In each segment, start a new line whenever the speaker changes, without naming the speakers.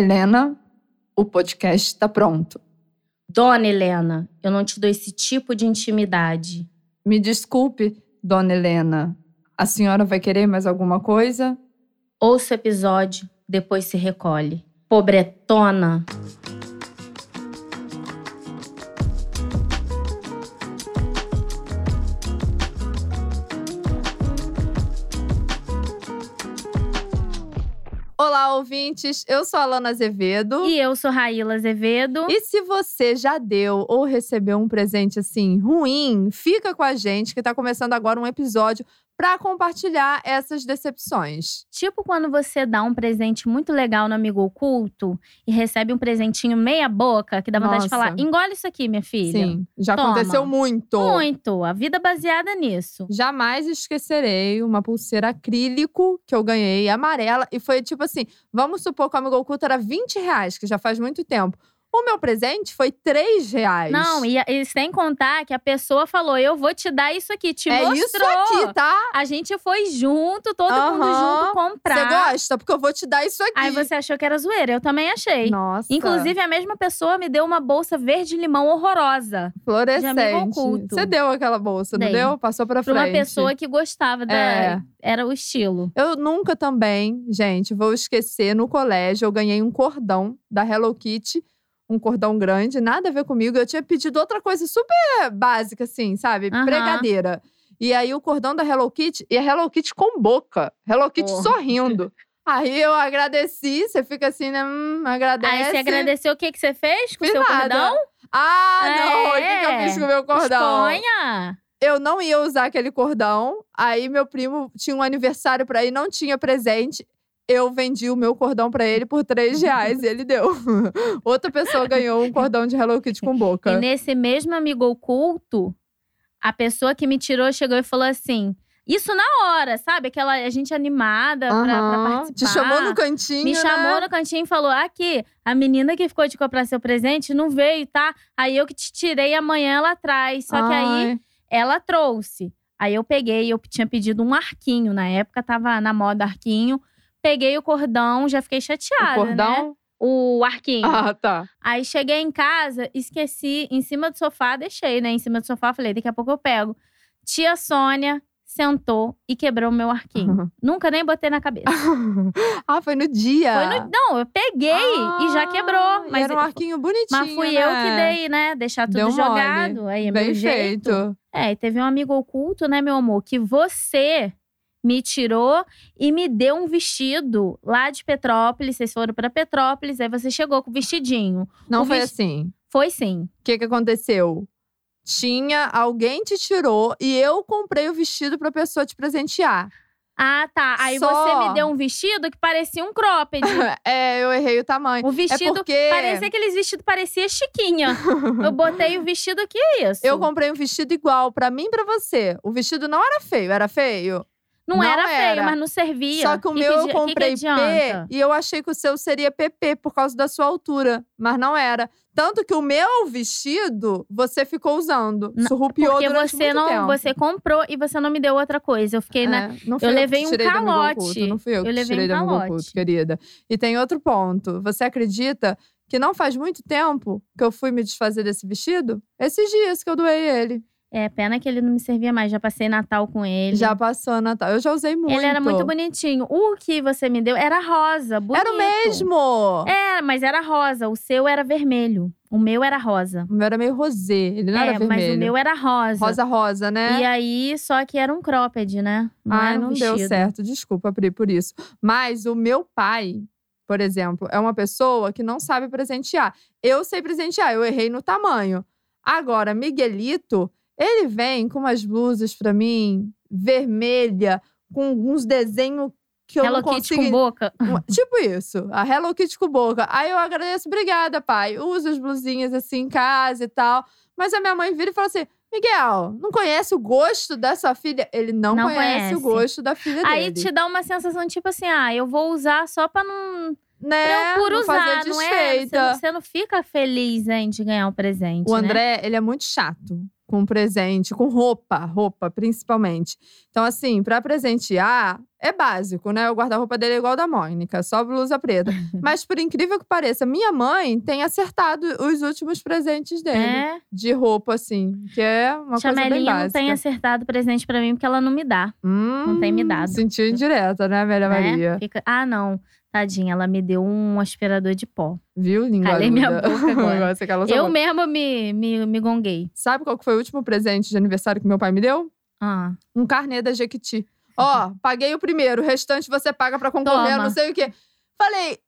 Helena, o podcast está pronto.
Dona Helena, eu não te dou esse tipo de intimidade.
Me desculpe, dona Helena. A senhora vai querer mais alguma coisa?
Ouça o episódio, depois se recolhe. Pobretona!
Olá, ouvintes. Eu sou a Alana Azevedo.
E eu sou Raíla Azevedo.
E se você já deu ou recebeu um presente assim ruim, fica com a gente que tá começando agora um episódio para compartilhar essas decepções.
Tipo quando você dá um presente muito legal no amigo oculto e recebe um presentinho meia boca que dá vontade de
Nossa.
falar: engole isso aqui, minha filha.
Sim, já
Toma.
aconteceu muito.
Muito. A vida é baseada nisso.
Jamais esquecerei uma pulseira acrílico que eu ganhei, amarela, e foi tipo assim: vamos supor que o amigo oculto era 20 reais, que já faz muito tempo. O meu presente foi 3 reais.
Não, e, e sem contar que a pessoa falou: eu vou te dar isso aqui. Te
é
mostrou.
isso aqui, tá?
A gente foi junto, todo mundo
Aham.
junto comprar.
Você gosta? Porque eu vou te dar isso aqui.
Aí você achou que era zoeira. Eu também achei.
Nossa.
Inclusive, a mesma pessoa me deu uma bolsa verde-limão horrorosa.
fluorescente.
de amigo oculto.
Você deu aquela bolsa, não
Dei.
deu? Passou pra
Pra
frente.
uma pessoa que gostava da.
É.
Era o estilo.
Eu nunca também, gente, vou esquecer, no colégio eu ganhei um cordão da Hello Kitty, um cordão grande, nada a ver comigo. Eu tinha pedido outra coisa super básica, assim, sabe?
Aham.
Pregadeira. E aí o cordão da Hello Kitty, e a Hello Kitty com boca, Hello Kitty
Porra.
sorrindo. Aí eu agradeci, você fica assim, né? Hum, agradece.
Aí você agradeceu o que, que você fez com o
Fiz
seu
nada.
cordão?
Ah, não, o que, que eu
É.
fiz com o meu cordão?
Esponha!
eu não ia usar aquele cordão. Aí meu primo tinha um aniversário pra ir, não tinha presente. Eu vendi o meu cordão pra ele por 3 reais e ele deu. Outra pessoa ganhou um cordão de Hello Kitty com
E
boca.
nesse mesmo amigo oculto, a pessoa que me tirou chegou e falou assim: Isso na hora, sabe? Aquela a gente animada pra, pra
Aham.
participar.
Te chamou no cantinho.
Me
né?
chamou no cantinho e falou: Aqui, a menina que ficou de comprar seu presente não veio, tá? Aí eu que te tirei amanhã lá atrás. Só que aí
Ai.
ela trouxe. Aí eu peguei, eu tinha pedido um arquinho. Na época tava na moda arquinho. Peguei o cordão, já fiquei
O
chateada. Né?
cordão?
O arquinho.
Ah, tá.
Aí cheguei em casa, esqueci em cima do sofá, deixei, né? Em cima do sofá, falei, daqui a pouco eu pego. Tia Sônia sentou e quebrou meu arquinho. Nunca nem botei na cabeça.
ah, foi no dia.
Foi no- Não, eu peguei e já quebrou.
Ah,
Mas,
era um arquinho bonitinho.
mas fui eu que
né?
dei, né? Deixar tudo
Deu mole.
jogado. Aí é
Bem
meu jeito.
feito.
É, e teve um amigo oculto, né, meu amor, que você me tirou e me deu um vestido lá de Petrópolis. Vocês foram pra Petrópolis, aí você chegou com o vestidinho.
Não
O
foi
vesti-
assim.
Foi sim.
O que, que aconteceu? Tinha, alguém te tirou e eu comprei o vestido pra pessoa te presentear.
Ah, tá. Aí
Só.
você me deu um vestido que parecia um cropped.
é, eu errei o tamanho.
O
é
vestido
porque
parecia aqueles vestidos parecia chiquinha. Eu botei o vestido que é isso.
eu comprei um vestido igual pra mim e pra você. O vestido não era feio, era feio.
não,
não
era,
era.
feio, mas não servia.
Só que o
Que
meu
que
eu
adi-
comprei
que que
P
adianta?
e eu achei que o seu seria PP por causa da sua altura, mas não era. Tanto que o meu vestido você ficou usando,
Não,
surrupiou
Porque
durante
você
muito
não,
tempo.
você comprou e você não me deu outra coisa. Eu fiquei na
É, não fui
eu
que
levei um
tirei do amigo
calote.
oculto, Não fui eu,
Eu
que
levei
tirei
um
do amigo
calote.
oculto, querida. E tem outro ponto. Você acredita que não faz muito tempo que eu fui me desfazer desse vestido? Esses dias que eu doei ele.
É, pena que ele não me servia mais. Já passei Natal com ele.
Já passou Natal. Eu já usei muito.
Ele era muito bonitinho. O que você me deu era rosa, bonito.
Era o mesmo!
É, mas era rosa. O seu era vermelho. O meu era rosa.
O meu era meio rosé. Ele não
é,
era vermelho.
mas o meu era rosa.
Rosa rosa, né?
E aí, só que era um cropped, né? Não
Ai,
era um
não
vestido.
deu certo. Desculpa, Pri, por isso. Mas o meu pai, por exemplo, é uma pessoa que não sabe presentear. Eu sei presentear, eu errei no tamanho. Agora, Miguelito, ele vem com umas blusas pra mim, vermelha, com uns desenhos que eu
Hello
não
Kitty
consigo
com boca.
uma- tipo isso, a Hello Kitty com boca. Aí eu agradeço, obrigada, pai. Uso as blusinhas assim em casa e tal. Mas a minha mãe vira e fala assim: Miguel, não conhece o gosto da sua filha? Ele não,
Não
conhece, o
conhece.
gosto da filha
Aí
dele.
te dá uma sensação tipo assim: ah, eu vou usar só pra não.
né?
pra eu por
não
usar,
fazer
não é? Você
desfeita.
não, você não fica feliz, hein, de ganhar um presente.
o
né?
André, ele é muito chato. com presente, com roupa, roupa principalmente. Então, assim, para presentear, é básico, né? O guarda-roupa dele é igual ao da Mônica, só blusa preta. Mas, por incrível que pareça, minha mãe tem acertado os últimos presentes dele.
É.
De roupa, assim, que é uma coisa bem
Chamelinha não
básica.
tem acertado presente pra mim porque ela não me dá.
Hum,
não tem me dado.
Sentiu indireta, né, Amélia
né?
Maria?
Fica- Ah, não. Tadinha, ela me deu um aspirador de pó.
Viu, língua
Calei minha
aguda?
boca agora.
você cala sua
Eu
boca.
mesma me, me, me gonguei.
Sabe qual que foi o último presente de aniversário que meu pai me deu?
Ah,
Um carnê da Jequiti. Ó, paguei o primeiro, o restante você paga pra concorrer, a
Toma.
não sei o quê. Falei,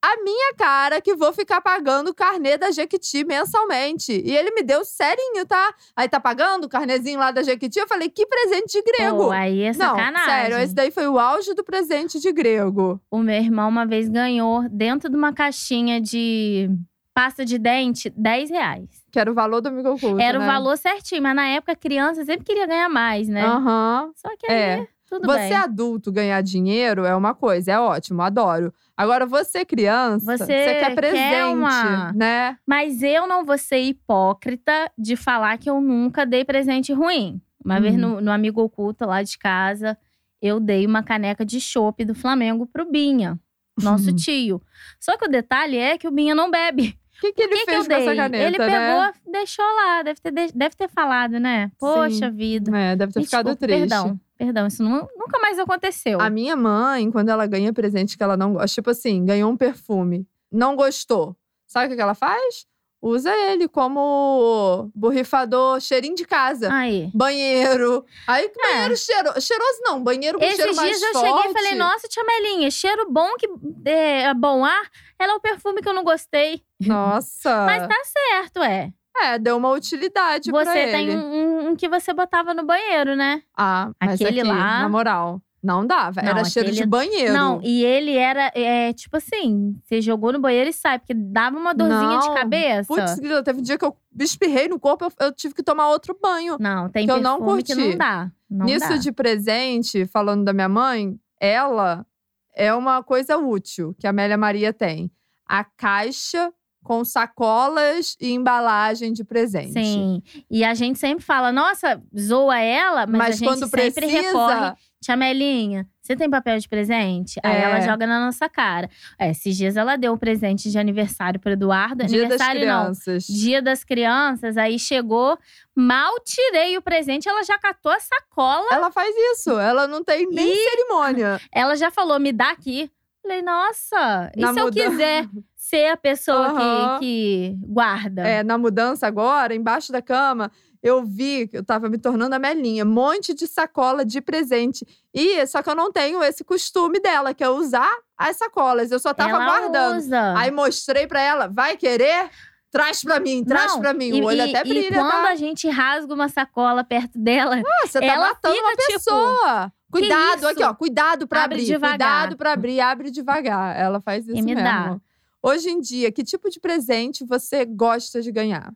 a minha cara que vou ficar pagando o carnê da Jequiti mensalmente. E ele me deu serinho, tá? Aí tá pagando o carnezinho lá da Jequiti. Eu falei, que presente de grego.
pô, aí é
não,
sacanagem.
sério, esse daí foi o auge do presente de grego.
O meu irmão uma vez ganhou, dentro de uma caixinha de pasta de dente, 10 reais.
Que era o valor do amigo oculto,
Era
né?
o valor certinho, mas na época a criança sempre queria ganhar mais, né?
Aham.
Só que
Ah. É.
aí, tudo
Você
bem.
adulto ganhar dinheiro é uma coisa, é ótimo, adoro. Agora você criança,
Você
quer
quer
presente,
uma-
né?
Mas eu não vou ser hipócrita de falar que eu nunca dei presente ruim. Uma vez
Uhum.
no, no Amigo Oculto lá de casa, eu dei uma caneca de chopp do Flamengo pro Binha,
Uhum.
nosso tio. Só que o detalhe é que o Binha não bebe.
O que, que ele
o que, que
fez
eu
com
dei?
essa caneta,
Ele pegou,
né?
deixou lá, deve ter, de- deve ter falado, né? Poxa vida.
É, deve ter
Me
ficado
desculpa,
triste.
Perdão, perdão, isso nu- nunca mais aconteceu.
A minha mãe, quando ela ganha presente que ela não gosta, tipo assim, ganhou um perfume, não gostou. Sabe o que que ela faz? Usa ele como borrifador, cheirinho de casa.
Aí.
Banheiro. Aí que banheiro cheiro- cheiroso não, banheiro com um cheiro
É. Esses
mais
dias eu
forte.
cheguei e falei, nossa, tia Melinha, cheiro bom que é, é bom ar, ela é o perfume que eu não gostei.
Nossa.
Mas tá certo, é.
É, deu uma utilidade Tipo, pra
você
ele.
tem um, um- um que você botava no banheiro, né?
Ah, mas
Aquele
aqui,
lá-
na moral, não dava.
Não,
Era cheiro de
aquele-
banheiro.
Não, e ele era, é, tipo assim, você jogou no banheiro e sai, porque dava uma dorzinha
Não.
de cabeça.
Putz, grila, teve um dia que eu espirrei no corpo, eu, eu tive que tomar outro banho.
não, tem
que eu
perfume
não
que
curti.
não dá. Não
Nisso
dá.
de presente, falando da minha mãe, ela é uma coisa útil que a Amélia Maria tem. A caixa com sacolas e embalagem de presente.
Sim. E a gente sempre fala, nossa, zoa ela, mas, a
Mas
gente
quando
sempre
precisa,
recorre. Tia Melinha, você tem papel de presente? Aí
É.
ela joga na nossa cara. É, esses dias ela deu um presente de aniversário pro Eduardo.
dia das
aniversário não.
crianças.
Dia das crianças, aí chegou, mal tirei o presente, ela já catou a sacola,
Ela faz isso, ela não tem nem cerimônia.
ela já falou: me dá aqui. Falei, nossa, e
Na
se eu
mudança.
quiser ser a pessoa que-
Aham.
que, guarda?
É, na mudança agora, embaixo da cama, eu vi que eu tava me tornando a Melinha. Um monte de sacola de presente. E só que eu não tenho esse costume dela, que é usar as sacolas. Eu só tava
ela
guardando.
Usa.
Aí mostrei pra ela, vai querer? Traz pra mim, traz
Não,
pra mim.
e-
o olho
e-
até
E
brilha,
quando
tá?
a gente rasga uma sacola perto dela,
Ah, você tá
ela
matando uma
fica, tipo,
pessoa. Cuidado,
isso?
aqui, ó. Cuidado pra
Abre
abrir.
devagar.
Cuidado pra abrir, abre devagar. Ela faz isso
me
mesmo.
dá.
Hoje em dia, que tipo de presente você gosta de ganhar?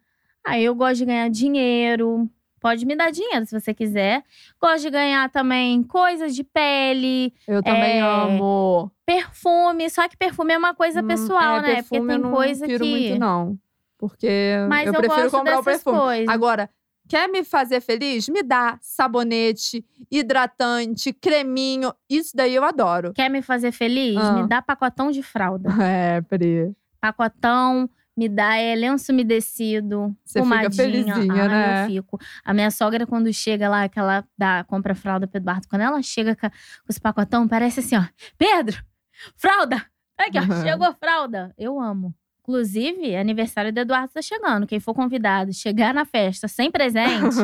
Ah, eu gosto de ganhar dinheiro. Pode me dar dinheiro se você quiser. Gosto de ganhar também coisas de pele,
Eu também
É,
amo.
perfume. Só que perfume é uma coisa
Hum,
pessoal,
é,
né?
Perfume,
Porque
eu
tem
não
coisa
piro
que.
muito, não. Porque
Mas eu,
prefiro
gosto
comprar o
dessas
perfume.
coisas.
Agora, quer me fazer feliz? Me dá sabonete, hidratante, creminho. Isso daí eu adoro.
Quer me fazer feliz?
Ah.
Me dá pacotão de fralda.
É, Pri.
Pacotão, me dá é, lenço umedecido,
Você fica
pomadinha.
felizinha,
ah,
né?
eu fico. A minha sogra, quando chega lá, que ela dá, compra fralda pro Eduardo, quando ela chega com, a- com esse pacotão, parece assim, ó. Pedro, fralda! Tá Aqui, ó,
Uhum.
chegou fralda. Eu amo. Inclusive, aniversário do Eduardo tá chegando. Quem for convidado chegar na festa sem presente,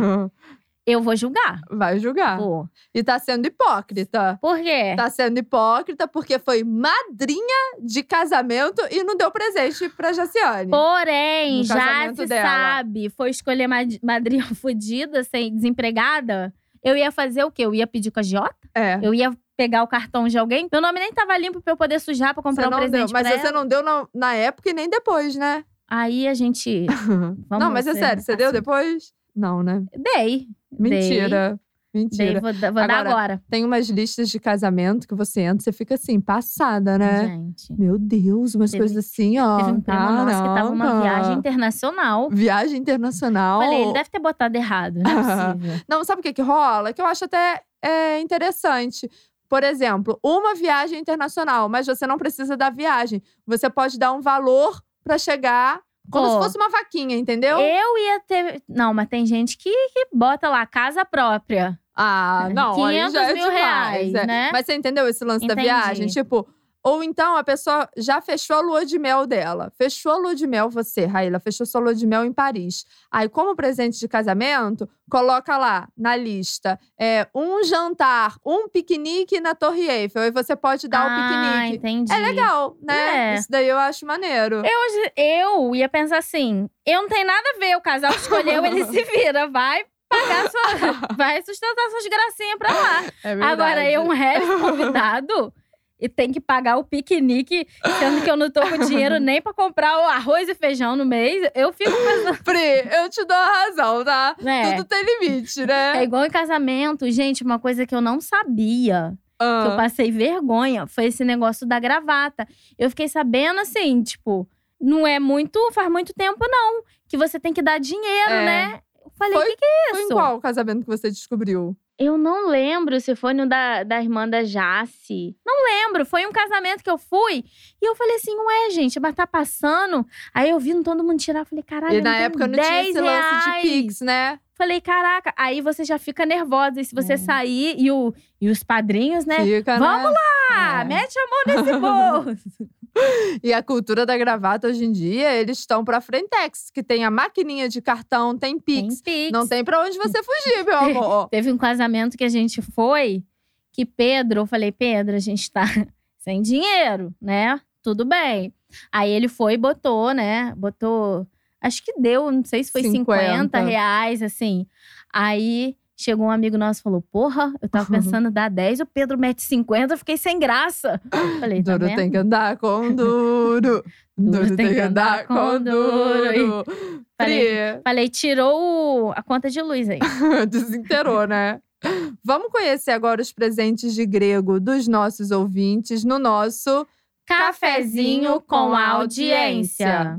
eu vou julgar.
Vai julgar.
Pô,
E tá sendo hipócrita.
por quê?
Tá sendo hipócrita porque foi madrinha de casamento e não deu presente pra Jaciane.
Porém,
No
já
casamento
se
dela.
sabe, foi escolher mad- madrinha fodida, sem desempregada. Eu ia fazer o quê? Eu ia pedir com a Jota?
É.
Eu ia pegar o cartão de alguém? Meu nome nem tava limpo pra eu poder sujar pra comprar
Você
um
não deu,
presente
mas
pra
você
ela.
não deu na, na época e nem depois, né?
Aí a gente. Vamos
não, mas é
ser
sério, você deu
assim.
depois? Não, né?
Dei.
Mentira.
Daí
Mentira.
vou, da- vou dar
Agora,
agora.
Tem umas listas de casamento que você entra, você fica assim, passada, né?
Gente.
Meu Deus, umas
Teve-
coisas assim, ó.
Teve um primo nosso que tava numa
caramba.
viagem internacional.
Viagem internacional.
Falei, ele deve ter botado errado, não é possível.
Não, sabe o que que rola? Que eu acho até é, interessante. Por exemplo, uma viagem internacional, mas você não precisa da viagem. Você pode dar um valor pra chegar como
Pô,
se fosse uma vaquinha, entendeu?
Eu ia ter. Não, mas tem gente que, que bota lá casa própria.
Ah, não, aí
500
já é
mil
demais,
reais,
é.
né?
Mas você entendeu esse lance da
Entendi.
viagem? Tipo, ou então a pessoa já fechou a lua de mel dela. Fechou a lua de mel você, Raíla, fechou sua lua de mel em Paris. Aí, como presente de casamento, coloca lá na lista é, um jantar, um piquenique na Torre Eiffel. Aí você pode dar
ah,
o piquenique.
entendi.
É legal, né?
É.
Isso daí eu acho maneiro.
Hoje eu ia pensar assim: eu não tenho nada a ver, o casal escolheu, ele se vira, vai pagar sua. vai sustentar suas gracinhas pra lá.
É
Agora, eu, um heavy convidado, e tem que pagar o piquenique, sendo que eu não tô com dinheiro nem pra comprar o arroz e feijão no mês, eu fico pensando.
Pri, eu te dou a razão, tá?
Né?
Tudo tem limite, né?
É igual em casamento, gente, uma coisa que eu não sabia, que eu
Ah.
passei vergonha, foi esse negócio da gravata. Eu fiquei sabendo assim, tipo, não é muito, faz muito tempo não, que você tem que dar dinheiro,
É.
né? Eu falei, o
Foi-
que, que é
Em
isso?
qual casamento que você descobriu?
Eu não lembro se foi no da, da irmã da Jace. Não lembro. Foi um casamento que eu fui. E eu falei assim, ué, gente, mas tá passando. Aí eu vi todo mundo tirar. eu Falei, caralho,
E
eu
na
tenho
época não tinha
10
esse lance de
reais."
Pix, né?
Falei, caraca. Aí você já fica nervosa. E se você
É.
sair e, o, e os padrinhos, né?
Fica,
Vamos
né?
Ah,
É.
mete a mão nesse bolso.
E a cultura da gravata hoje em dia, eles estão pra Frentex, que tem a maquininha de cartão, tem
Tem
Pix.
pix.
Não tem pra onde você fugir, meu amor.
Teve um casamento que a gente foi, que Pedro, eu falei, Pedro, a gente tá sem dinheiro, né? Tudo bem. Aí ele foi e botou, né? Botou. Acho que deu, não sei se foi 50,
50
reais, assim. Aí chegou um amigo nosso e falou: Porra, eu tava pensando em dar 10, o Pedro mete 50, eu fiquei sem graça. Falei, tá
Duro
vendo?
tem que andar com duro.
Duro tem que andar com duro.
duro. Pri,
Falei- Falei, tirou o- a conta de luz aí.
desinterou, né? Vamos conhecer agora os presentes de grego dos nossos ouvintes no nosso
Cafezinho com a audiência.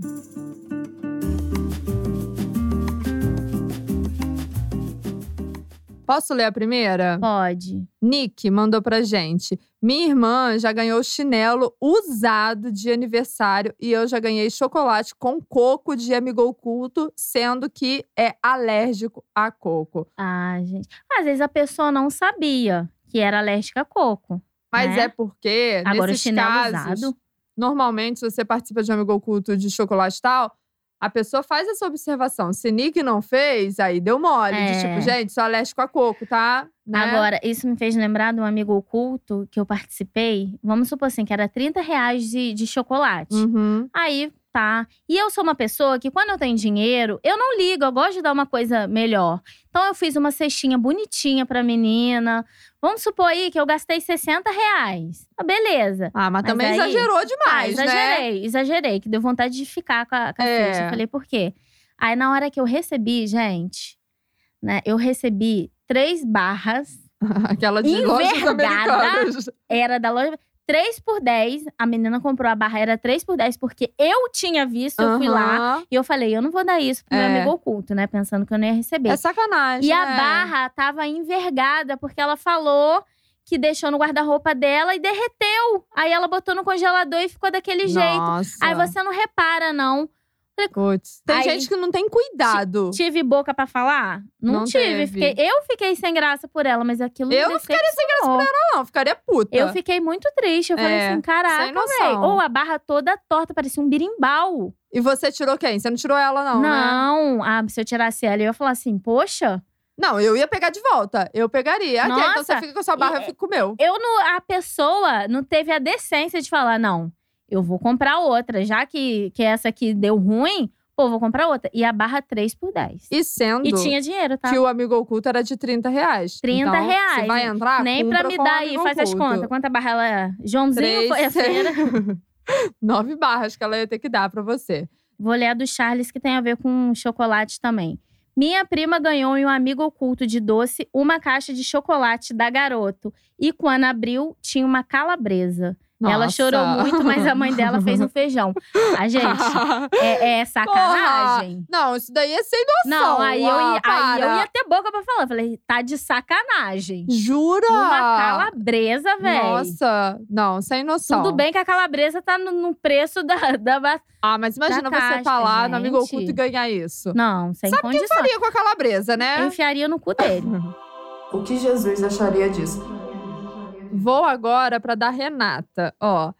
Posso ler a primeira?
Pode.
Nick mandou pra gente. Minha irmã já ganhou chinelo usado de aniversário e eu já ganhei chocolate com coco de amigo oculto, sendo que é alérgico a coco.
Ah, gente. Às vezes a pessoa não sabia que era alérgica a coco.
Mas
Né?
é porque,
Agora, o
nesses
chinelo
casos,
usado.
normalmente, se você participa de um amigo oculto de chocolate e tal, a pessoa faz essa observação. Se Nick não fez, aí deu mole. De
É.
tipo, gente, sou alérgico a coco, tá? Né?
Agora, isso me fez lembrar de um amigo oculto que eu participei. Vamos supor assim, que era 30 reais de, de chocolate.
Uhum.
Aí, tá. E eu sou uma pessoa que, quando eu tenho dinheiro, eu não ligo, eu gosto de dar uma coisa melhor. Então, eu fiz uma cestinha bonitinha pra menina. Vamos supor aí que eu gastei 60 reais. Ah, beleza.
Ah, mas,
Mas
também
aí-
exagerou
Ah,
demais, né?
exagerei, exagerei, que deu vontade de ficar com a, com a
É.
ficha. Eu Falei, por quê? Aí na hora que eu recebi, gente, né? Eu recebi três barras,
Aquela de lojas
Envergada.
americanas.
era da loja. 3 por 10, a menina comprou a barra, era 3 por 10, porque eu tinha visto, eu fui lá.
Aham.
E eu falei, eu não vou dar isso pro meu
É.
amigo oculto, né? Pensando que eu não ia receber.
É sacanagem.
E a
né?
barra tava envergada, porque ela falou que deixou no guarda-roupa dela e derreteu. Aí ela botou no congelador e ficou daquele é jeito.
Nossa.
Aí você não repara, não.
Putz. Tem
Aí-
gente que não tem cuidado.
Tive boca pra falar? Não,
Não
tive.
teve.
Fiquei- eu fiquei sem graça por ela, mas aquilo
Eu
me
não ficaria sem graça
decepcionou.
Não, ficaria puta.
Eu fiquei muito triste. Eu falei
É,
assim,
sem
caraca,
noção.
véi. Ou a barra toda torta, parecia um birimbau.
E você tirou quem? Você não tirou ela, não, né?
Ah, se eu tirasse ela, eu ia falar assim, poxa.
Não, eu ia pegar de volta. Eu pegaria. Ok, então
Nossa.
você fica com a sua barra, eu
E-
fico com o meu.
Eu não, a pessoa não teve a decência de falar, não, eu vou comprar outra. Já que, que essa aqui deu ruim, pô, vou comprar outra. E a barra 3 por 10.
E sendo
E tinha dinheiro, tá?
que o amigo oculto era de 30 reais.
30
Então, Você
reais.
vai entrar?
Nem pra
compra
me
com o
dar aí,
amigo
faz as
oculto.
contas. Quanta barra ela é? Joãozinho
Três,
foi a feira.
Nove barras que ela ia ter que dar pra você.
Vou ler a do Charles, que tem a ver com chocolate também. Minha prima ganhou em um amigo oculto de doce uma caixa de chocolate da garoto. E quando abriu, tinha uma calabresa. Ela
Nossa.
chorou muito, mas a mãe dela fez um feijão. A gente, é, é sacanagem.
Não, isso daí é sem noção.
Não, aí eu,
ah,
ia, aí eu
para.
ia ter boca pra falar. Eu Falei, tá de sacanagem.
Jura?
Uma calabresa, velho.
Nossa, não, sem noção.
Tudo bem que a calabresa tá no, no preço da, da. ba-
Ah, mas imagina
Da
você
caixa,
tá lá no Amigo
gente.
Oculto e ganhar isso.
Não, sem
Sabe o que eu
condições.
faria com a calabresa, né?
Eu enfiaria no cu dele.
O que Jesus acharia disso? Vou agora para da Renata. Ó,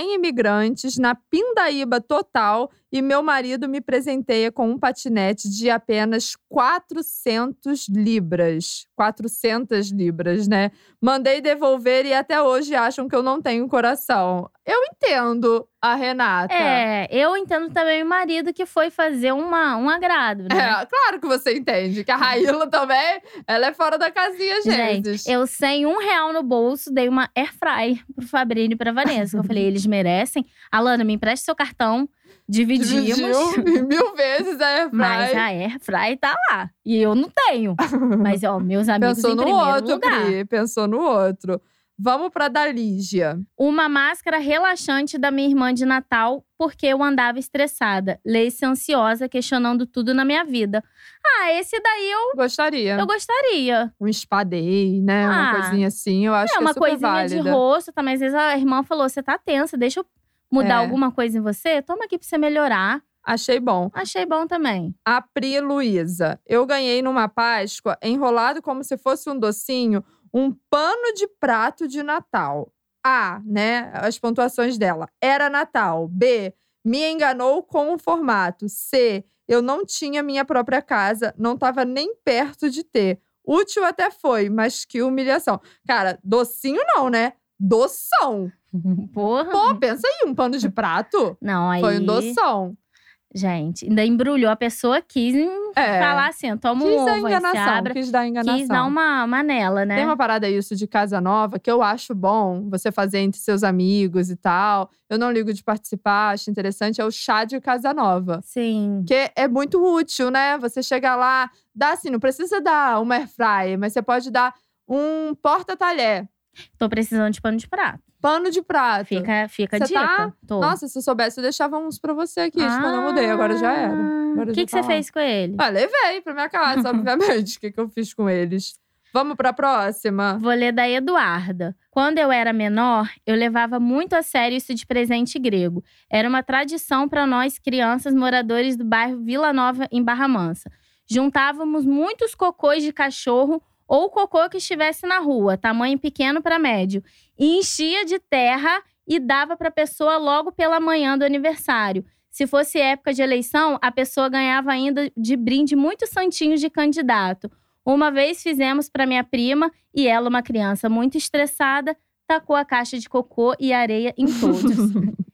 recém-imigrantes na pindaíba total e meu marido me presenteia com um patinete de apenas 400 libras. 400 libras, né? Mandei devolver e até hoje acham que eu não tenho coração. Eu entendo a Renata.
É, eu entendo também o marido que foi fazer uma, um agrado, né?
É, claro que você entende, que a Raíla também, ela é fora da casinha às vezes.
eu sem um real no bolso, dei uma air fry pro Fabrini e pra Vanessa. Eu falei, eles merecem. Alana, me empreste seu cartão. Dividimos.
Dividiu mil vezes né? a Airfry.
Mas a air fry tá lá. E eu não tenho. Mas, ó, meus amigos
Pensou
em
no
primeiro
outro,
lugar.
Pri, pensou no outro. Vamos pra da Lígia.
Uma máscara relaxante da minha irmã de Natal, porque eu andava estressada, leia-se ansiosa, questionando tudo na minha vida. Ah, esse daí eu,
Gostaria.
eu gostaria.
Um spa day, né? uma
Ah,
coisinha assim, eu acho
é
que
uma
é super
coisinha
válida.
de rosto também. Às vezes a irmã falou: você tá tensa, deixa eu mudar
É.
alguma coisa em você? Toma aqui pra você melhorar.
Achei bom.
Achei bom também.
A Pri Luísa. Eu ganhei numa Páscoa, enrolado como se fosse um docinho, um pano de prato de Natal. A, né? As pontuações dela. Era Natal. B, me enganou com o formato. C, eu não tinha minha própria casa, não tava nem perto de ter. Útil até foi, mas que humilhação. Cara, docinho não, né? Doção.
Porra.
Pô, pensa aí, um pano de prato.
Não, Uhum. aí.
Foi um doção.
Gente, ainda embrulhou. A pessoa quis em-
É.
falar assim: toma um
Quis
ovo,
dar
aí você
enganação,
abre.
quis dar enganação.
Quis dar um uma, uma nela, né?
Tem uma parada isso de casa nova que eu acho bom você fazer entre seus amigos e tal. Eu não ligo de participar, acho interessante. É o chá de casa nova.
Sim.
Porque é muito útil, né? Você chega lá, dá assim, não precisa dar uma airfryer, mas você pode dar um porta-talher,
Tô precisando de pano de prato.
pano de prato.
Fica, fica a
Cê
dica.
tá?
Tô.
Nossa, se eu soubesse, eu deixava uns pra você aqui. Tipo, eu não mudei, agora já
Ah.
era. Agora
O
já
que que
tá lá.
você fez com ele?
Ah, levei pra minha casa, obviamente. O que, que eu fiz com eles? Vamos pra próxima?
Vou ler da Eduarda. Quando eu era menor, eu levava muito a sério isso de presente grego. Era uma tradição para nós, crianças moradores do bairro Vila Nova, em Barra Mansa. Juntávamos muitos cocôs de cachorro ou cocô que estivesse na rua, tamanho pequeno para médio, e enchia de terra e dava para pessoa logo pela manhã do aniversário. Se fosse época de eleição, a pessoa ganhava ainda de brinde muitos santinhos de candidato. Uma vez fizemos para minha prima e ela, uma criança muito estressada, tacou a caixa de cocô e areia em todos.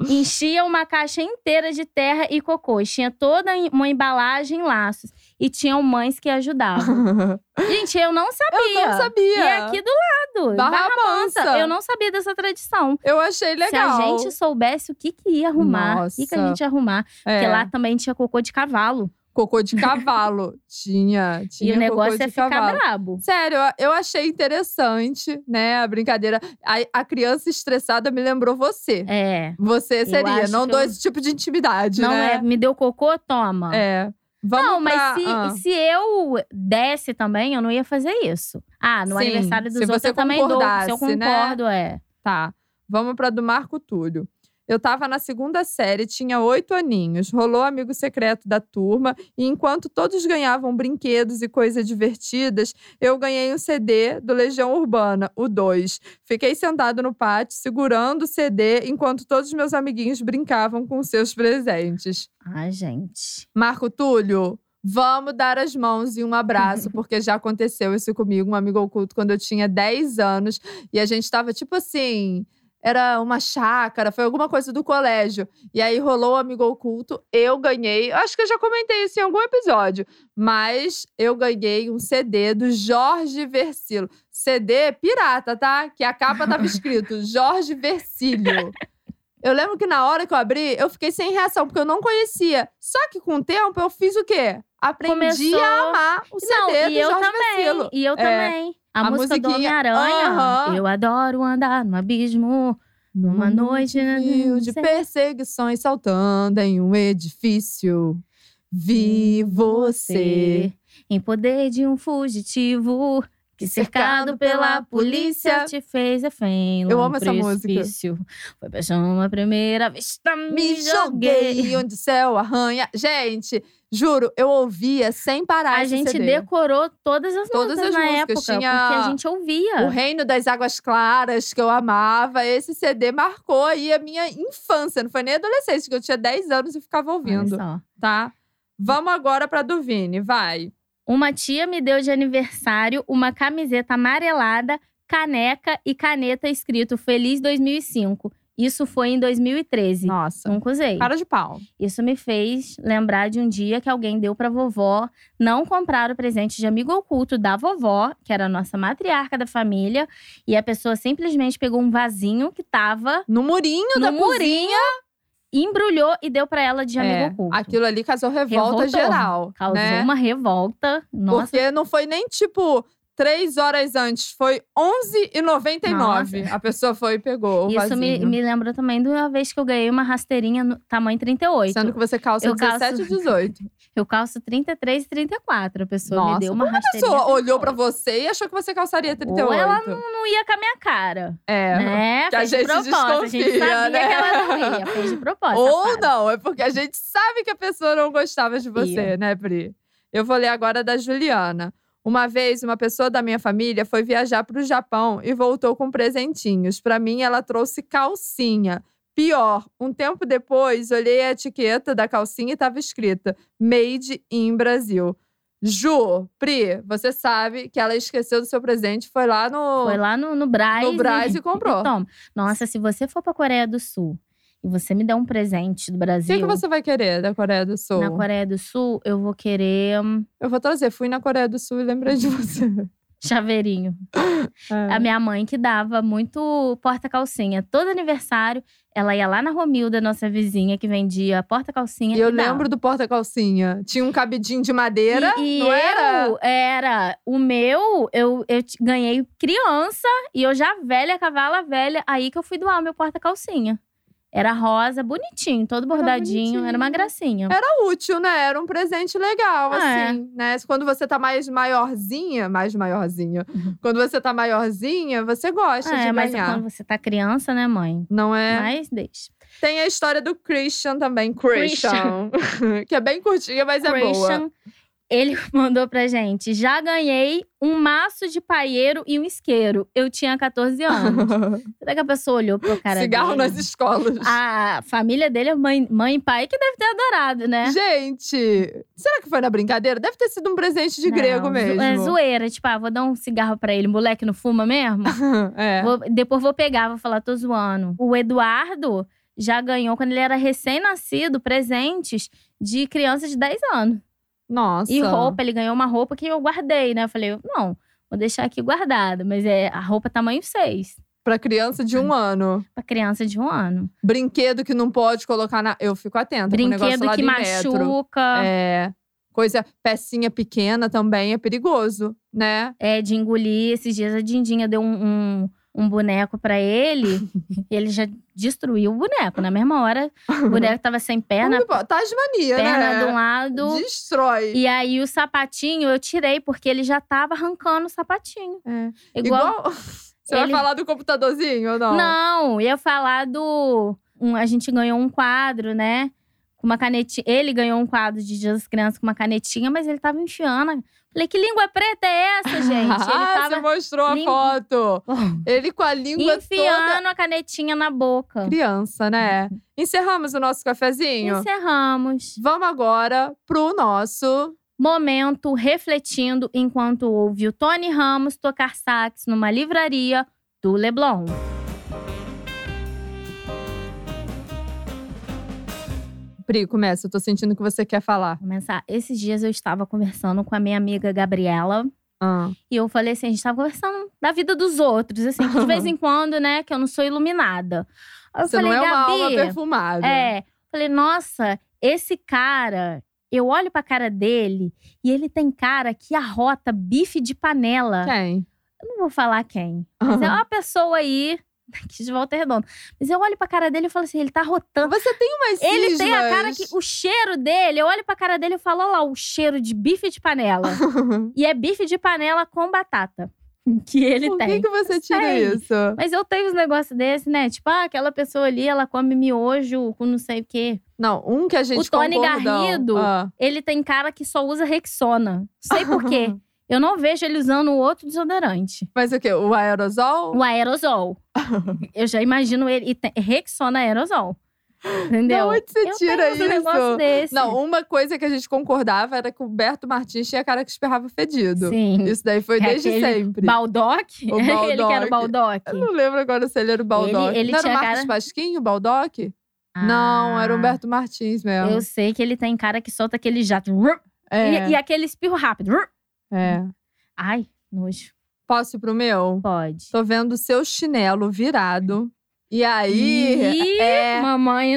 Enchia uma caixa inteira de terra e cocô. E tinha toda uma embalagem em laços. E tinham mães que ajudavam. Gente, eu não sabia.
Eu não sabia.
E é aqui do lado.
Barra Mansa.
Eu não sabia dessa tradição.
Eu achei legal.
Se a gente soubesse o que, que ia arrumar, o que, que a
Nossa.
gente ia arrumar.
É,
Porque lá também tinha cocô de cavalo.
Cocô de cavalo. tinha, tinha
e o negócio
cocô
é
de
ficar
cavalo.
brabo.
Sério, eu- eu achei interessante, né, a brincadeira. A, a criança estressada me lembrou você.
É.
Você
Eu
seria,
acho
não
que
dou
eu-
esse tipo de intimidade,
Não
né?
é, me deu cocô, toma.
É. Vamos
Não,
pra-
mas se,
ah.
se eu desse também, eu não ia fazer isso. Ah, no
Sim,
aniversário dos
se
outros
você
eu também dou. Se eu
concordasse, né?
concordo, é.
Tá. Vamos pra do Marco Túlio. Eu tava na segunda série, tinha oito aninhos. Rolou amigo secreto da turma. E enquanto todos ganhavam brinquedos e coisas divertidas, eu ganhei um CD do Legião Urbana, o 2. Fiquei sentado no pátio, segurando o CD, enquanto todos meus amiguinhos brincavam com seus presentes.
Ah, gente.
Marco Túlio, vamos dar as mãos e um abraço, porque já aconteceu isso comigo, um amigo oculto, quando eu tinha 10 anos. E a gente tava tipo assim. Era uma chácara, foi alguma coisa do colégio. E aí rolou o amigo oculto, eu ganhei. Acho que eu já comentei isso em algum episódio, mas eu ganhei um CD do Jorge Versilo. CD pirata, tá? Que a capa tava escrito Jorge Versilo. Eu lembro que na hora que eu abri, eu fiquei sem reação, porque eu não conhecia. Só que com o tempo eu fiz o quê? aprendi
Começou-
a amar o CD
Não,
do
e eu
Jorge
também.
Vecilo.
E eu
É.
também. A,
A
música do
musiquinha,
Homem-Aranha.
aham.
Eu adoro andar no abismo. Numa noite. Uhum,
Fio de perseguições saltando em um edifício. Vi você.
Hum, você em poder de um fugitivo que cercado pela polícia te fez refém.
Eu
lá
amo
no
essa música.
precipício. Foi paixão à primeira vista, me,
Me joguei onde o céu arranha. Gente, juro, eu ouvia sem parar
A
Tá, esse
gente
CD.
decorou todas as
Todas as
músicas na
músicas,
época,
tinha
porque a gente ouvia.
O Reino das Águas Claras, que eu amava. Esse CD marcou aí a minha infância. Não foi nem adolescência, que eu tinha 10 anos e ficava
Olha
ouvindo,
só.
tá? Vamos agora pra Duvine, vai.
Uma tia me deu de aniversário uma camiseta amarelada, caneca e caneta escrito Feliz 2005. Isso foi em 2013.
Nossa,
Nunca usei.
cara de pau.
Isso me fez lembrar de um dia que alguém deu pra vovó não comprar o presente de amigo oculto da vovó, que era a nossa matriarca da família, e a pessoa simplesmente pegou um vasinho que tava
No murinho da
no murinho, embrulhou e deu pra ela de
cozinha.
amigo
É,
oculto.
Aquilo ali causou revolta
Revoltou.
geral.
Causou
né?
uma revolta. Nossa,
Porque não foi nem tipo três horas antes, foi 11h99. A pessoa foi e pegou. O
isso me,
vasinho.
me lembra também de uma vez que eu ganhei uma rasteirinha no tamanho 38.
Sendo que você calça
Eu calço-
17 e 18.
Eu calço 33 e 34. A pessoa
Nossa, é
me deu uma
A
rasteirinha.
pessoa olhou pra você e achou que você calçaria 38.
Ou ela não ia com a minha cara.
É.
né?
Que a
fez de
gente
propósito. A gente
desconfia,
sabia
né?
que ela não ia. Fez de propósito.
Ou
safada.
não, é porque a gente sabe que a pessoa não gostava de você, né, Pri? Eu vou ler agora da Juliana. Uma vez, uma pessoa da minha família foi viajar para o Japão e voltou com presentinhos. Para mim, ela trouxe calcinha. Pior, um tempo depois, olhei a etiqueta da calcinha e estava escrita Made in Brasil. Ju, Pri, você sabe que ela esqueceu do seu presente, foi lá no.
Foi lá no, no Braz. né?
No Brás e comprou.
toma. Nossa, se você for pra Coreia do Sul e você me der um presente do
O que,
Brasil
que você vai querer da Coreia do Sul?
na Coreia do Sul, eu vou querer hum,
Eu vou trazer. Fui na Coreia do Sul e lembrei de você.
chaveirinho.
É.
A minha mãe que dava muito porta-calcinha. Todo aniversário, ela ia lá na Romilda, nossa vizinha, que vendia porta-calcinha.
E eu
e dava.
lembro do porta-calcinha. Tinha um cabidinho de madeira.
E, e
não
eu
era?
era. O meu, eu, eu t- ganhei criança e eu já velha, cavala velha. Aí que eu fui doar o meu porta-calcinha. Era rosa, bonitinho, todo bordadinho. Era, uma
bonitinho.
gracinha.
Era útil, né? Era um presente legal,
Ah,
assim, né? Quando você tá mais maiorzinha, mais maiorzinha.
Uhum.
Quando você tá maiorzinha, você gosta
Ah,
de
mas
ganhar.
quando você tá criança, né, mãe?
Não é?
Mas deixa.
Tem a história do Christian também. Christian. que é bem curtinha, mas é boa.
Christian, ele mandou pra gente. Já ganhei um maço de paieiro e um isqueiro. Eu tinha 14 anos. Será que a pessoa olhou pro cara Ah,
Cigarro
dele?
nas escolas.
A família dele, é mãe, mãe e pai, que deve ter adorado, né?
Gente, será que foi na brincadeira? Deve ter sido um presente de
Não,
grego
zo-
mesmo.
É zoeira, tipo, ah, vou dar um cigarro pra ele, moleque não fuma mesmo?
é.
Vou- depois vou pegar, vou falar, tô zoando. O Eduardo já ganhou, quando ele era recém-nascido, presentes de criança de 10 anos.
Nossa.
E roupa, ele ganhou uma roupa que eu guardei, né? Eu falei, não, vou deixar aqui guardada, mas é a roupa tamanho 6,
Pra criança de um ano.
pra criança de um ano.
Brinquedo que não pode colocar na. Eu fico atenta Tá com o negócio
Brinquedo
lá
que
de metro.
machuca,
É. Coisa, pecinha pequena também é perigoso, né?
é. de engolir. Esses dias a Dindinha deu um, um, um boneco pra ele, ele já destruiu o boneco. né? Na mesma hora, O boneco tava sem perna,
Tasmania,
perna de um
né?
lado.
Destrói.
E aí o sapatinho eu tirei, porque ele já tava arrancando o sapatinho.
É.
Igual.
Você vai
ele-
falar do computadorzinho ou não?
Não, ia falar do. um- a gente ganhou um quadro, né? Com uma canetinha. Ele ganhou um quadro de Dia das Crianças com uma canetinha, mas ele tava enfiando. Falei, que língua preta é essa, gente? Ele
ah, você
tava
mostrou a
lim-
foto. Ele com a língua toda.
enfiando a canetinha na boca.
Criança, né? Encerramos o nosso cafezinho.
Encerramos.
Vamos agora pro nosso.
Momento refletindo enquanto ouve o Tony Ramos tocar sax numa livraria do Leblon.
Pri, começa. Eu tô sentindo que você quer falar.
Começar. Esses dias eu estava conversando com a minha amiga Gabriela
Ah.
e eu falei assim: a gente tava conversando da vida dos outros, assim, que de vez em quando, né, que eu não sou iluminada. Aí eu
Você
falei,
não é uma alma
Gabi.
perfumada.
é, falei, nossa, esse cara, Eu olho pra cara dele e ele tem cara que arrota bife de panela.
Quem?
Eu não vou falar quem. Mas é uma pessoa aí daqui de volta redonda. Mas eu olho pra cara dele e falo assim: ele tá rotando.
Você tem umas
Ele tem a
cismas.
cara que. O cheiro dele, eu olho pra cara dele e falo: olha lá, o cheiro de bife de panela. e é bife de panela com batata. Que ele
Por
tem. é
que, que você tira
sei.
isso?
Mas eu tenho uns negócios desse, né? Tipo, ah, aquela pessoa ali, ela come miojo com não sei o quê.
Não, um que a gente
Tony
concordou.
Garrido.
Ah.
Ele tem cara que só usa Rexona. Sei por quê. Eu não vejo ele usando outro desodorante.
Mas o quê? O aerosol?
O aerosol. eu já imagino ele. E tem- Rexona aerosol. Entendeu?
Da onde você
eu
tira
tenho uns negócio
isso?
desse.
Não, uma coisa que a gente concordava era que o Berto Martins tinha cara que esperrava fedido.
Sim.
Isso daí foi
É
desde
aquele
sempre.
Baldoc?
O
ele que era o Baldoc.
Eu não lembro agora se ele era o Baldoc.
ele
não era o
tinha
Marcos
cara-
Pasquinho, o Baldoc? Não, era um o
Ah,
Humberto Martins mesmo.
Eu sei que ele tem cara que solta aquele jato.
É,
E, e aquele espirro rápido.
é.
Ai, nojo.
Posso ir pro meu?
Pode.
Tô vendo o seu chinelo virado. E aí.
Ih,
é.
mamãe,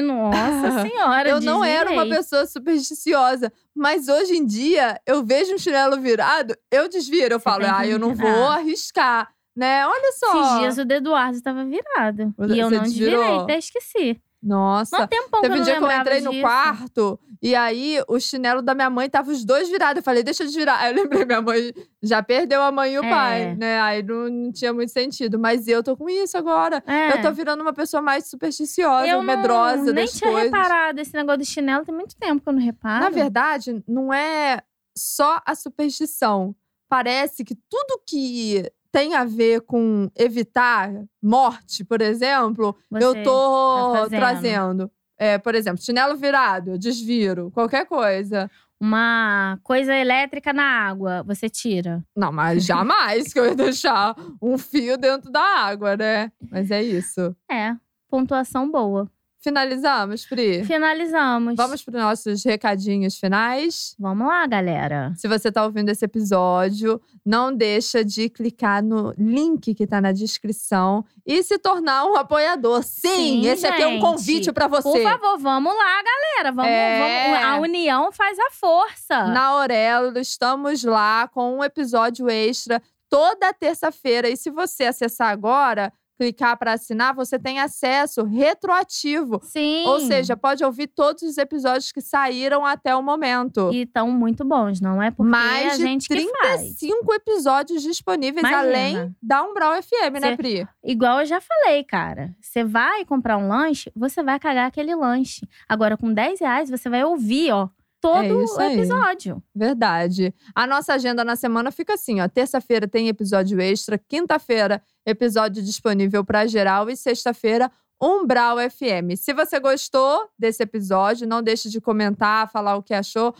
nossa senhora.
Eu não era uma
desenhei.
pessoa supersticiosa, mas hoje em dia eu vejo um chinelo virado, eu desviro, eu
Você
falo,
tem que
ah, eu não vou
virar."
arriscar, né? Olha
Esses
só.
dias o do Eduardo tava virado.
Você
e eu não
desvirou?
desvirei, até esqueci.
Nossa.
Mas um tempão que eu
Teve um
não
dia que eu
lembrava
entrei no
disso.
quarto e aí o chinelo da minha mãe tava os dois virados. Eu falei, deixa eu desvirar. Aí eu lembrei, minha mãe já perdeu a mãe e o
É.
pai, né? Aí não, não tinha muito sentido. Mas eu tô com isso agora.
É.
Eu tô virando uma pessoa mais supersticiosa,
Eu não-
medrosa
nem
das
tinha
coisas.
reparado esse negócio do chinelo. Tem muito tempo que eu não reparo.
Na verdade, não é só a superstição. Parece que tudo que tem a ver com evitar morte, por exemplo, eu
Você-
tô
tá fazendo.
trazendo. É, por exemplo, chinelo virado, eu desviro, qualquer coisa.
Uma coisa elétrica na água, você tira.
Não, mas jamais que eu ia deixar um fio dentro da água, né? Mas é isso.
É, pontuação boa.
Finalizamos, Pri.
Finalizamos.
É. Vamos para nossos recadinhos finais.
Vamos lá, galera.
Se você tá ouvindo esse episódio, não deixa de clicar no link que tá na descrição e se tornar um apoiador. Sim,
Sim,
esse aqui é um
gente.
convite pra você.
Por favor, vamos lá, galera. Vamos,
É.
vamos- A união faz a força.
Na Aurelo, estamos lá com um episódio extra toda terça-feira. E se você acessar agora, clicar pra assinar, você tem acesso retroativo.
Sim.
Ou seja, pode ouvir todos os episódios que saíram até o momento.
E estão muito bons, não é porque
Mais
a
de
gente que faz.
35 episódios disponíveis,
Imagina.
além da Umbral FM, né,
Cê-
Pri?
Igual eu já falei, cara. Você vai comprar um lanche, você vai cagar aquele lanche. Agora, com 10 reais, você vai ouvir, ó,
É
todo
isso
o
aí.
episódio.
Verdade. A nossa agenda na semana fica assim, ó. Terça-feira tem episódio extra, quinta-feira episódio disponível pra geral e sexta-feira Umbral FM. Se você gostou desse episódio, não deixe de comentar, falar o que achou,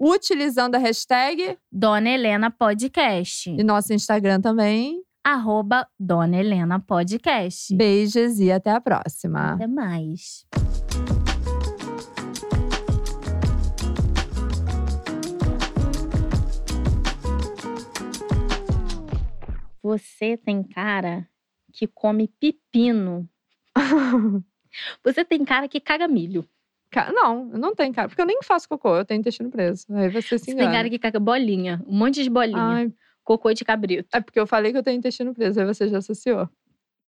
utilizando a hashtag
Dona Helena Podcast.
e nosso Instagram também.
Arroba Dona Helena Podcast. Ah.
Beijos e até a próxima.
Até mais. Você tem cara que come pepino. Você tem cara que caga milho.
Ca- não, eu não tem cara, porque eu nem faço cocô, eu tenho intestino preso. Aí você se
Você tem cara
engana.
que caga bolinha, um monte de bolinha,
Ai,
cocô de cabrito.
é porque eu falei que eu tenho intestino preso, aí você já associou.